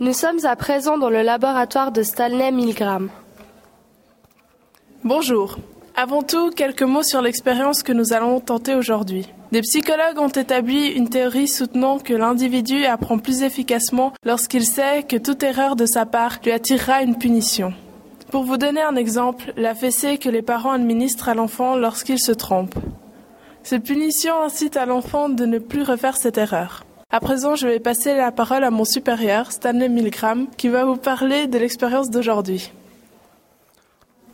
Nous sommes à présent dans le laboratoire de Stanley Milgram. Bonjour. Avant tout, quelques mots sur l'expérience que nous allons tenter aujourd'hui. Des psychologues ont établi une théorie soutenant que l'individu apprend plus efficacement lorsqu'il sait que toute erreur de sa part lui attirera une punition. Pour vous donner un exemple, la fessée que les parents administrent à l'enfant lorsqu'il se trompe. Cette punition incite à l'enfant de ne plus refaire cette erreur. À présent, je vais passer la parole à mon supérieur, Stanley Milgram, qui va vous parler de l'expérience d'aujourd'hui.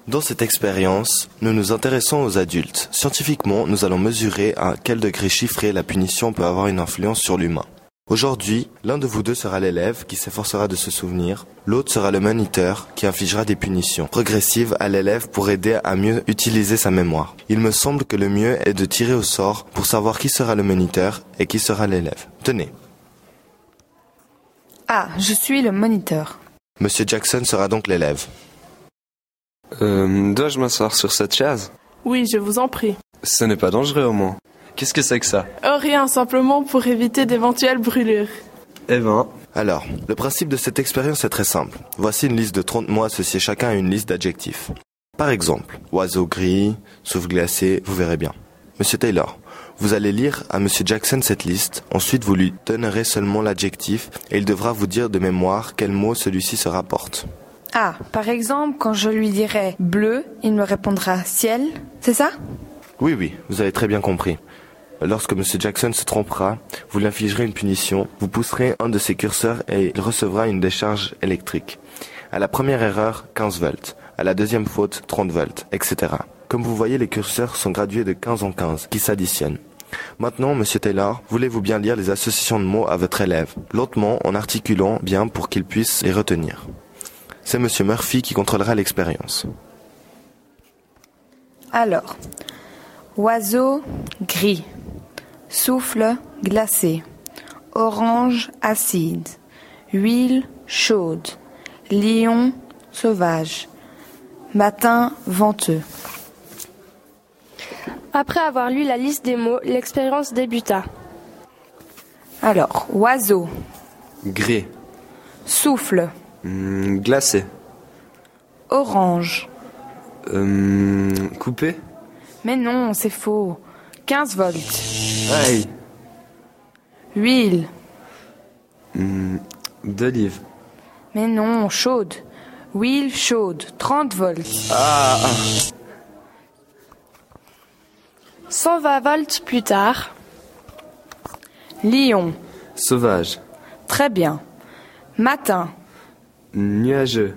Dans cette expérience, nous nous intéressons aux adultes. Scientifiquement, nous allons mesurer à quel degré chiffré la punition peut avoir une influence sur l'humain. Aujourd'hui, l'un de vous deux sera l'élève qui s'efforcera de se souvenir, l'autre sera le moniteur qui infligera des punitions progressives à l'élève pour aider à mieux utiliser sa mémoire. Il me semble que le mieux est de tirer au sort pour savoir qui sera le moniteur et qui sera l'élève. Tenez. Ah, je suis le moniteur. Monsieur Jackson sera donc l'élève. Euh, dois-je m'asseoir sur cette chaise Oui, je vous en prie. Ce n'est pas dangereux au moins. Qu'est-ce que c'est que ça Oh, rien, simplement pour éviter d'éventuelles brûlures. Eh ben, Alors, le principe de cette expérience est très simple. Voici une liste de 30 mots associés chacun à une liste d'adjectifs. Par exemple, oiseau gris, souffle glacé, vous verrez bien. Monsieur Taylor, vous allez lire à Monsieur Jackson cette liste, ensuite vous lui donnerez seulement l'adjectif et il devra vous dire de mémoire quel mot celui-ci se rapporte. Ah, par exemple, quand je lui dirai bleu, il me répondra ciel, c'est ça Oui, oui, vous avez très bien compris. Lorsque M. Jackson se trompera, vous lui infligerez une punition, vous pousserez un de ses curseurs et il recevra une décharge électrique. À la première erreur, 15 volts. À la deuxième faute, 30 volts, etc. Comme vous voyez, les curseurs sont gradués de 15 en 15, qui s'additionnent. Maintenant, Monsieur Taylor, voulez-vous bien lire les associations de mots à votre élève, lentement, en articulant bien pour qu'il puisse les retenir. C'est Monsieur Murphy qui contrôlera l'expérience. Alors, oiseau gris, souffle glacé, orange acide, huile chaude, lion sauvage, matin venteux. Après avoir lu la liste des mots, l'expérience débuta. Alors, oiseau, gris, souffle, Hmm, glacé, orange. Hum, coupé, Mais non, c'est faux. 15 volts, aïe, huile. d'olive. Mais non, chaude. Huile chaude, 30 volts. 120 volts plus tard, Lyon, Sauvage, très bien. Matin, nuageux,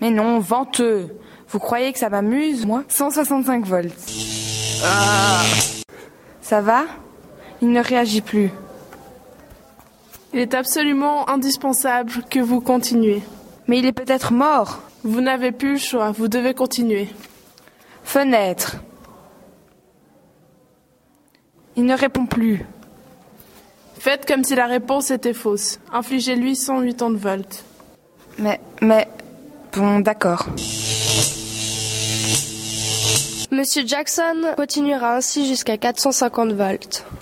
mais non, venteux. Vous croyez que ça m'amuse, moi 165 volts. ça va Il ne réagit plus. Il est absolument indispensable que vous continuiez. Mais il est peut-être mort. Vous n'avez plus le choix, vous devez continuer. Fenêtre. Il ne répond plus. Faites comme si la réponse était fausse. Infligez-lui 180 volts. Mais, mais, bon, d'accord. Monsieur Jackson continuera ainsi jusqu'à 450 volts.